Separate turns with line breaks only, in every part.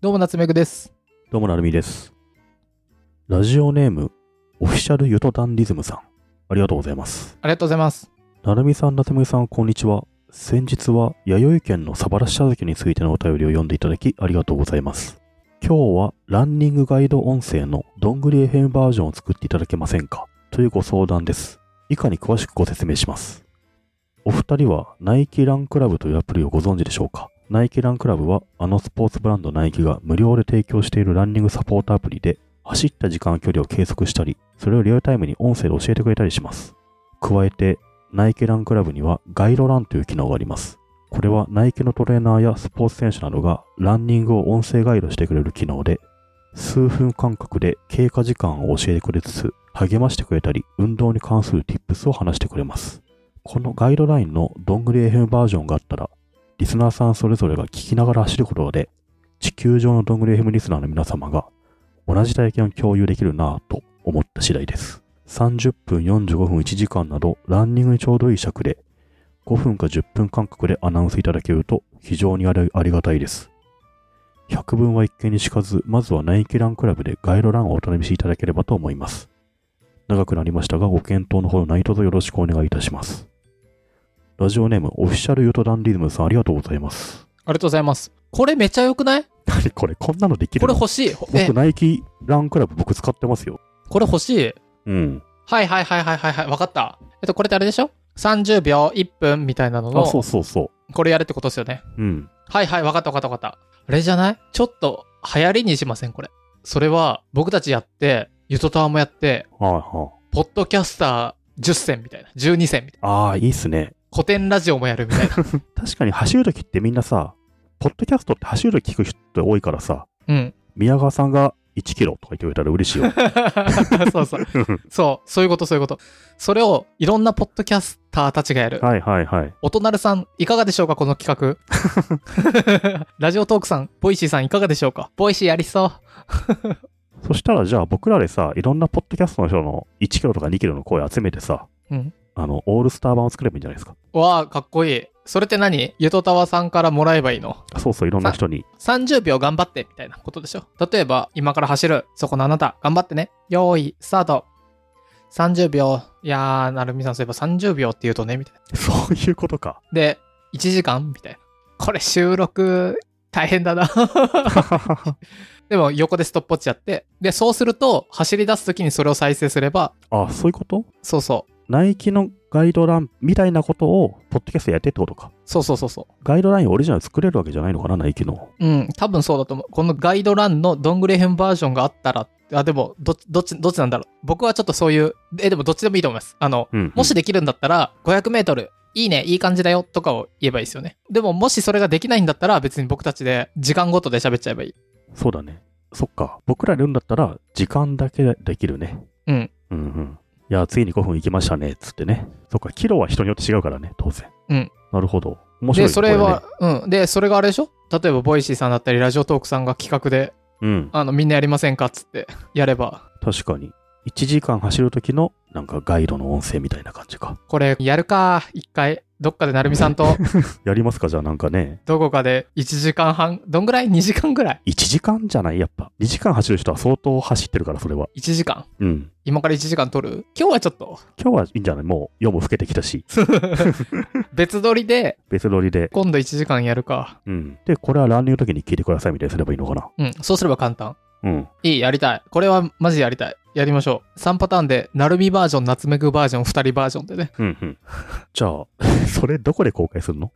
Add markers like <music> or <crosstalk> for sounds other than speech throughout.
どうも、夏目くです。
どうもなるみです。ラジオネーム、オフィシャルゆとたんリズムさん。ありがとうございます。
ありがとうございます。
なるみさん、なてむいさん、こんにちは。先日は、弥生県のサバラシャザキについてのお便りを読んでいただき、ありがとうございます。今日は、ランニングガイド音声のどんぐり FM バージョンを作っていただけませんかというご相談です。以下に詳しくご説明します。お二人はナイキランクラブというアプリをご存知でしょうかナイキランクラブはあのスポーツブランドナイキが無料で提供しているランニングサポートアプリで走った時間距離を計測したり、それをリアルタイムに音声で教えてくれたりします。加えて、ナイキランクラブにはガイドランという機能があります。これはナイキのトレーナーやスポーツ選手などがランニングを音声ガイドしてくれる機能で、数分間隔で経過時間を教えてくれつつ、励ましてくれたり、運動に関する tips を話してくれます。このガイドラインのどんぐり FM バージョンがあったら、リスナーさんそれぞれが聞きながら走ることで、地球上のどんぐり FM リスナーの皆様が同じ体験を共有できるなぁと思った次第です。30分、45分、1時間など、ランニングにちょうどいい尺で、5分か10分間隔でアナウンスいただけると非常にありありがたいです。百聞は一見にしかず、まずはナイキランクラブでガイドランをお楽しみいただければと思います。長くなりましたが、ご検討の方何卒よろしくお願いいたします。ラジオネーム、オフィシャルユトダンリズムさん、ありがとうございます。 <laughs>
ありがとうございます。これめちゃ良くない
何これ、こんなのでき
こ
る
れ
の
欲しい。え
僕、、ナイキランクラブ、僕使ってますよ。
これ欲しい。
うん。
はいはいはいはいはいはい。わかった。えっと、これってあれでしょ ?30 秒1分みたいなの
あ、そう
の、
そうそ
これやるってことですよね。
う。うん。
はいはい、わかったわかったわかった。あれじゃないちょっと流行りにしませんこれ。それは、僕たちやって、ゆとたわもやって、
はいは
ポッドキャスター10選みたいな、12選みたいな、
い。ああ、いいっすね。
古典ラジオもやるみたいな。
<laughs> 確かに走るときってみんなさ、ポッドキャストって走るとき聞く人多いからさ、
うん。
宮川さんが1キロとか言ってくれたら嬉し
<laughs>
いよ。
そうそう。そう、そういうこと、そういうこと。それをいろんなポッドキャスターたちがやる。
はいはいはい。
おとなるさん、いかがでしょうか、この企
<laughs>
画。ラジオトークさん、ボイシーさん、いかがでしょうか。ボイシーやりそう。
そしたらじゃあ僕らでさ、いろんなポッドキャストの人の1キロとか2キロの声集めてさ、
うん
あの、オールスター版を作ればいいんじゃないですか。
わあ、かっこいい。それって何ゆとたわさんからもらえばいいの
そうそう、いろんな人に。
30秒頑張ってみたいなことでしょ例えば今から走るそこのあなた頑張ってね用意スタート30秒いやーなるみさんそういえば30秒って言うとねみたいな
そういうこ
<laughs>
とか。
で1時間みたいなこれ収録大変だな <laughs> でも横でストップウォッチやってでそうすると走り出す時にそれを再生すれば
あ、そういうこと
そうそう
ナイキのガイドランみたいなことを、ポッドキャストやってってことか。
そうそうそうそ
ガイドラインオリジナル作れるわけじゃないのかな、ナイキの。
ううん多分そうだと思うこのガイドランのどんぐり編バージョンがあったらあでもどっちどっちどっちなんだろう僕はちょっとそういうえでもどっちでもいいと思いますあの
うん、
もしできるんだったら、500m、いいね、いい感じだよ、とかを言えばいいですよね。でも、もしそれができないんだったら、別に僕たちで、時間ごとで喋っちゃえばいい。
そうだね。そっか。僕らでるんだったら、時間だけでできるね。
うん。
うんうん。いや、ついに5分行きましたね、つってね。そっか、キロは人によって違うからね、当然。
うん。
なるほど。面白い
で、
ね
それは
こ、
うん。で、それがあれでしょ例えば、ボイシーさんだったり、ラジオトークさんが企画で、
れねうん。
あの、みんなやりませんかっつって、やれば、
確かに。1時間走る時の、なんかガイドの音声みたいな感じか。
これ、やるか、一回、どっかでなるみさん
<laughs>
と、
やりますか、じゃあなんかね。
どこかで1時間半、どんぐらい ?2 時間ぐらい
1時間じゃないやっぱ。2時間走る人は相当走ってるから、それは。
?1 時間。
うん。
今から1時間撮る今日はちょっと、
今日はいいんじゃないもう、夜も更けてきたし。
別撮りで、
別撮りで。
今度1時間やるか。
うん。で、これはランニングの時に聞いてくださいみたいにすればいいのかな。
うん、そうすれば簡単。
うん。
いい、やりたい。これはマジやりたい。やりましょう。3パターンで、なるみバージョン、夏目くバージョン、2人バージョンでね。
うんうん。 <laughs> じゃあ、それどこで公開するの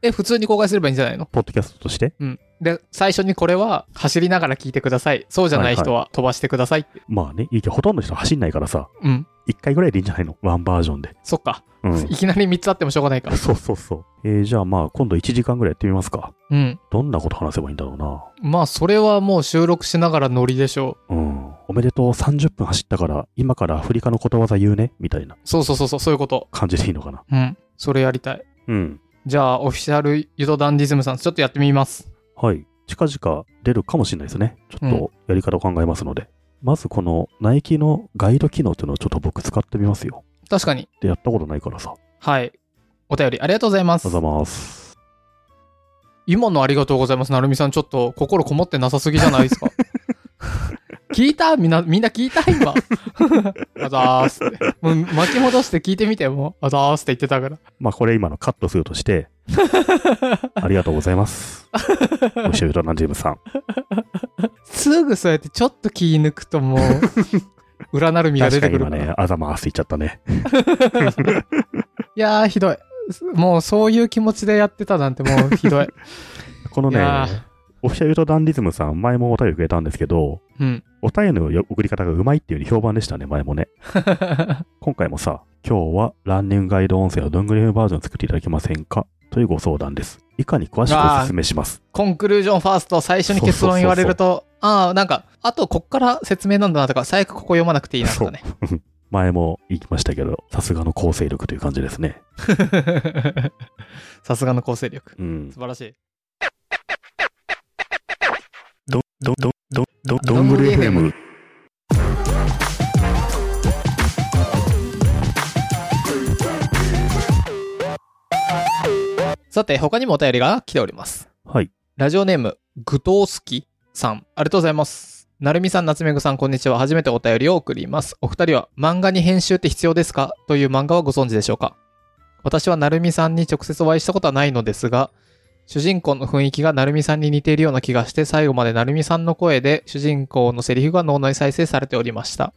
え、普通に公開すればいいんじゃないの
ポッドキャストとして
うん。で、最初にこれは、走りながら聞いてください。そうじゃない人は飛ばしてくださいって。
まあね、いいけど、ほとんどの人走んないからさ、
うん。
1回ぐらいでいいんじゃないのワンバージョンで。
そっか。
うん。
いきなり3つあってもしょうがないか。
<laughs> そうそうそう。えー、じゃあまあ、今度1時間ぐらいやってみますか。
うん。
どんなこと話せばいいんだろうな。
まあ、それはもう収録しながらノリでしょう。
うん。おめでとう30分走ったから、今からアフリカのことわざ言うね、みたいな
そうそうそうそう、そういうこと。
感じでいいのかな。
うん。それやりたい。
うん。
じゃあ、オフィシャルユドダンディズムさん、ちょっとやってみます。
はい。近々出るかもしれないですね。ちょっとやり方を考えますので。まずこのナイキのガイド機能っていうのをちょっと僕使ってみますよ。
確かに。
で、やったことないからさ。あり
はい。お便りありがとうございます
がとう。ございます。
今のありがとうございます、なるみさん、ちょっと心こもってなさすぎじゃないですか。 <laughs> 聞いたみんな、みんな聞いた今。 <laughs> あざーすって。もう巻き戻して聞いてみて、もう。あざーすって言ってたから。
まあこれ今のカットする
<laughs>
として、ありがとうございます。おしゅうとランジムさん。
すぐそうやってちょっと気抜くともう、 <laughs> 裏なるみが出
確か
てく
に
る
今
から。
ね、あざまーすいっちゃったね。
いやー、ひどい。もうそういう気持ちでやってたなんてもうひ
<laughs>
どい。
この
い
ね
や、
オフィシャルとダンディズムさん、前もお便りくれたんですけど、
うん。
お便りの送り方がうまいっていう風に評判でしたね、前もね。今回もさ、今日はランニングガイド音声のどんぐり風バージョンを作っていただけませんかというご相談です。以下に詳しくお勧めします。
コンクルージョンファースト、最初に結論言われると、ああ、なんか、あとこっから説明なんだなとか、最悪ここ読まなくていいなとかね。
前も言いましたけど、さすがの構成力という感じですね。
さすがの構成力。
うん。
素晴らしい。
ど、ど、ど、ど、ど、
どんぐり FM。さて、他にもお便りが来ております。
はい。
ラジオネーム、グトースキさん。ありがとうございます。なるみさん、なつめぐさん、こんにちは。初めてお便りを送ります。お二人は漫画に編集って必要ですかという漫画はご存知でしょうか私はなるみさんに直接お会いしたことはないのですが、主人公の雰囲気がなるみさんに似ているような気がして、最後までなるみさんの声で主人公のセリフが脳内再生されておりました。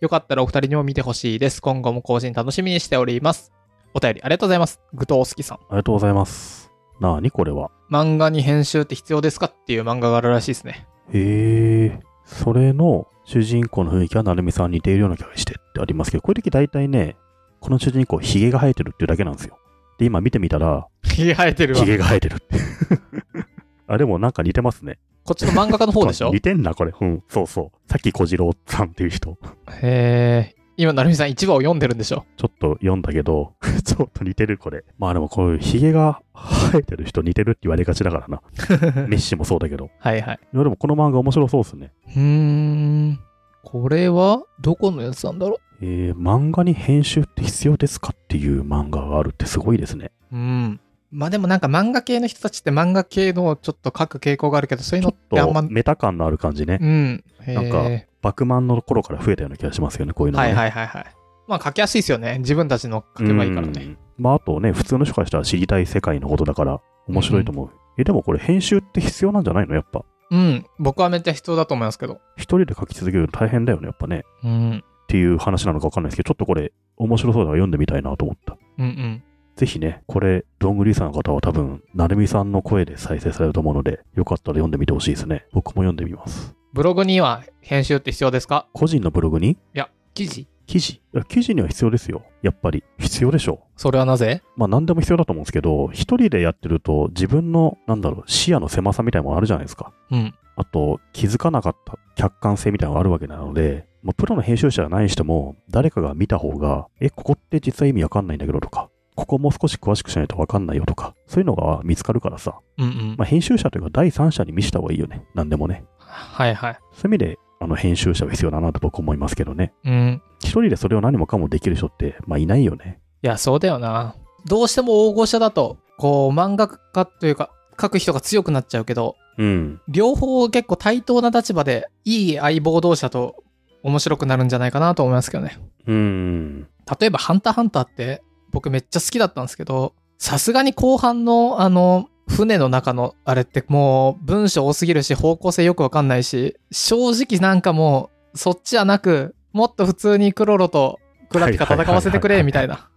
よかったらお二人にも見てほしいです。今後も更新楽しみにしております。お便りありがとうございます。グトースキさん。
ありがとうございます。なあにこれは。
漫画に編集って必要ですかっていう漫画があるらしいですね。
へえ。それの主人公の雰囲気は成美さんに似ているような気がしてってありますけど、こういう時大体ね、この主人公、ヒゲが生えてるっていうだけなんですよ。で、今見てみたら、
ひげ生えてるわ
ヒ。ゲが生えてるって。
<laughs>
あ、でもなんか似てますね。
こっちの漫画家の方でしょ
似てんな、これ。うん、そうそう。さっき小次郎さんっていう人。
へえ。今、なるみさん1話を読んでるんでしょ
ちょっと読んだけど、 <laughs> ちょっと似てる、これ。まあでも、こういうヒゲが生えてる人似てるって言われがちだか
<laughs>
らな。メッシもそうだけど。
はいはい。
いや、でもこの漫画面白そうですね。
うーん。これは、どこのやつなんだろ
えー、漫画に編集って必要ですかっていう漫画があるってすごいですね。
ううん。まあでもなんか漫画系の人たちって漫画系のをちょっと書く傾向があるけど、そういう
ち
の
ょっ
ってあんま
と、メタ感のある感じね。
うん。へ
なんか
え。
バクマンの頃から増えたような気がしますよね、こういうの
はい
い。
はいはいはい。まあ書きやすいですよね。自分たちの書けばいいから
う
ね。
ん。まあ、あとね、普通の人からしたら知りたい世界のことだから、面白いと思う。え、でもこれ編集って必要なんじゃないのやっぱ。
うん。僕はめっちゃ必要だと思いますけど。
一人で書き続けるの大変だよね、やっぱね。
うん。
っていう話なのかわかんないですけど、ちょっとこれ、面白そうだから読んでみたいなと思った。
うんうん。
ぜひね、これ、どんぐりさんの方は多分、なるみさんの声で再生されると思うので、よかったら読んでみてほしいですね。僕も読んでみます。
ブログには編集って必要ですか
個人のブログに
いや、記事
記事いや記事には必要ですよ。やっぱり。必要でしょ
それはなぜ
う。まあ何でも必要だと思うんですけど、一人でやってると自分の、なんだろう、視野の狭さみたいなのもあるじゃないですか。
うん。
あと、気づかなかった客観性みたいなのがあるわけなので、まあ、プロの編集者じゃない人も、誰かが見た方が、え、ここって実は意味わかんないんだけどとか、ここもう少し詳しくしないとわかんないよとか、そういうのが見つかるからさ、
うんうん。
まあ、編集者というか第三者に見せた方がいいよね。何でもね。
はいはい。
そういう意味で、あの、編集者は必要だなと僕思いますけどね。
うん。
一人でそれを何もかもできる人って、まあ、いないよね。
いや、そうだよな。どうしても大御所だと、こう、漫画家というか、書く人が強くなっちゃうけど、
うん。
両方結構対等な立場で、いい相棒同士だと面白くなるんじゃないかなと思いますけどね。
うん。
例えば、ハンターハンターって、僕めっちゃ好きだったんですけど、さすがに後半の、あの、船の中のあれってもう文章多すぎるし方向性よくわかんないし正直なんかもうそっちはなくもっと普通にクロロとクラピカ戦わせてくれみたいな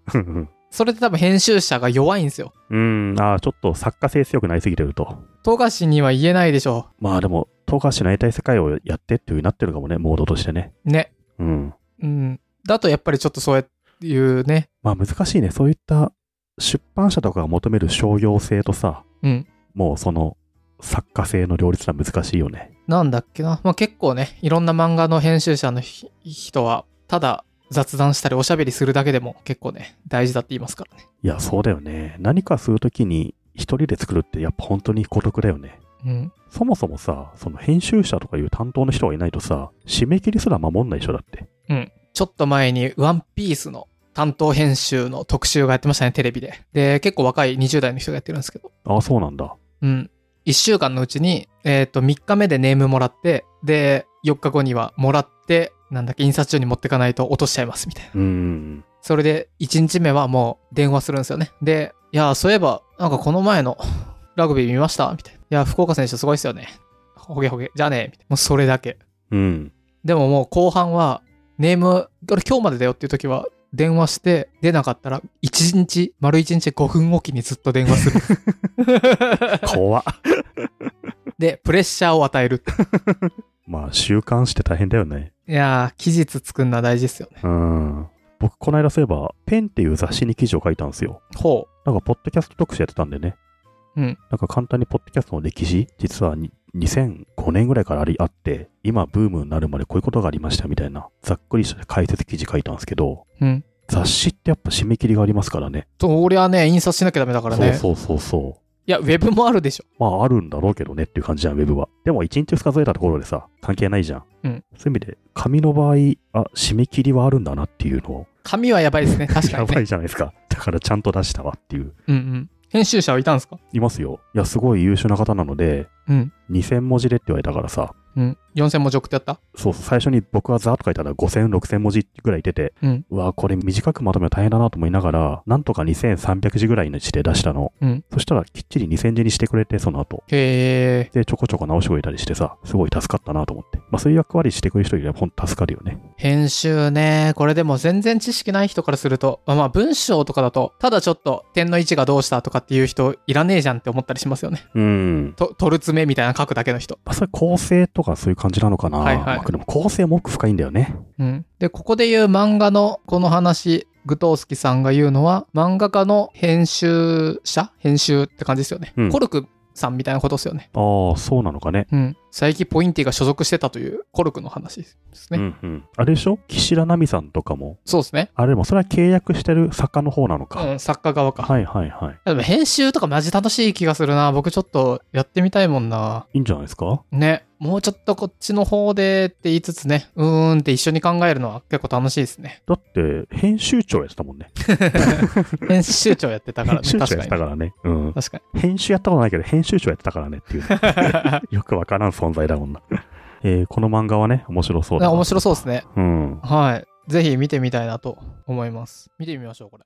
それで多分編集者が弱いんですよ
うん。ああ、ちょっと作家性強くなりすぎてると。
富樫には言えないでしょ
まあでも、富樫のやりたい世界をやってっていう風になってるかもね、モードとしてね。
うね
うん。
うんだとやっぱりちょっとそうやっていうね
まあ難しいね。そういった出版社とかが求める商業性とさ、
うん
もうその作家性の両立は難しいよね。
なんだっけな、まあ、結構ねいろんな漫画の編集者のひ人はただ雑談したりおしゃべりするだけでも結構ね大事だって言いますからね
いや、そうだよね。何かするときに一人で作るってやっぱ本当に孤独だよね。
うん
そもそもさ、その編集者とかいう担当の人がいないとさ、締め切りすら守んない人だって。
ちょっと前にワンピースの担当編集の特集がやってましたねテレビでで結構若い20代の人がやってるんですけど
ああ、そうなんだ。
うん1週間のうちに、えっ、と、3日目でネームもらって、で、4日後にはもらって、なんだっけ、印刷所に持ってかないと落としちゃいます、みたいな。
うん。
それで、1日目はもう電話するんですよね。で、いやー、そういえば、なんかこの前のラグビー見ましたみたいな。いやー、福岡選手すごいっすよね。ほげほげ。じゃあね、みたいな。もうそれだけ。
うん。
でももう後半は、ネーム、これ今日までだよっていう時は、電話して出なかったら、1日、丸1日5分おきにずっと電話する。
怖っ。
で、プレッシャーを与える。
まあ、習慣して大変だよ <laughs> ね。
いやー、期日作るのは大事ですよね。
うん。僕、この間そういえば、ペンっていう雑誌に記事を書いたんですよ。
ほ
なんか、ポッドキャスト特集やってたんでね。
うん。
なんか、簡単にポッドキャストの歴史、実はに2005年ぐらいからありあって、今、ブームになるまでこういうことがありましたみたいな、ざっくりした解説記事書いたんですけど、
う。うん。
雑誌ってやっぱ締め切りがありますからね。
そりゃね、印刷しなきゃダメだからね。
そうそうそうそう。
いや、ウェブもあるでしょ。
まあ、あるんだろうけどねっていう感じじゃん、ウェブは。でも、1日2日ずれたところでさ、関係ないじゃん。
うん
そういう意味で、紙の場合、あ、締め切りはあるんだなっていうのを、
紙はやばい
<laughs>
ですね。確か
や
に、ね。
ばいじゃないですか。だから、ちゃんと出したわっていう。
うんうん。編集者はいたんですか
いますよ。いや、すごい優秀な方なので、
うん。
2000文字でって言われたからさ、
うん。4000文字送ってやった
そうそう、最初に僕はザーッと書いたら5000、6000文字ぐらい出て、
うん
わあこれ短くまとめるの大変だなと思いながら、なんとか2300字ぐらいにして出したの。
うん
そしたら、きっちり2000字にしてくれて、その後。
へえ。
で、ちょこちょこ直してくれたりしてさ、すごい助かったなと思って。まあ、そういう役割してくれる人いれば、ほんと助かるよね。
編集ね。これでも全然知識ない人からすると、まあまあ文章とかだと、ただちょっと点の位置がどうしたとかっていう人いらねえじゃんって思ったりしますよね。
うん。
と、取る詰めみたいなの書くだけの人。
まあ、それ構成とかそういう感じなのかな。
はいはい
まあでも構成も奥深いんだよね。
うん。で、ここで言う漫画のこの話、グトースキさんが言うのは、漫画家の編集者編集って感じですよね。
うん
コルクさんみたいなことですよね。
ああ、そうなのかね。
うん。佐伯ポインティが所属してたというコルクの話ですね。
うんうん。あれでしょ岸田奈美さんとかも。
そうですね。
あれでもそれは契約してる作家の方なのか。
うん、作家側か。
はいはいはい。
でも編集とかマジ楽しい気がするな。僕ちょっとやってみたいもんな。
いいんじゃないですか。
ね。もうちょっとこっちの方でって言いつつね、うーんって一緒に考えるのは結構楽しいですね
だって、編集長やってたもんね。
編集長やってたから
編
ね。
集長
確
や
か
って
に
た。からね。うん。
確か
編集やったことないけど、編集長やってたからねっ
<laughs>
ていう。
に。
よくわからん存在だもんな。えーこの漫画はね、面白そうだな。
面白そうですね。
うん。
はい。ぜひ見てみたいなと思います。見てみましょう、これ。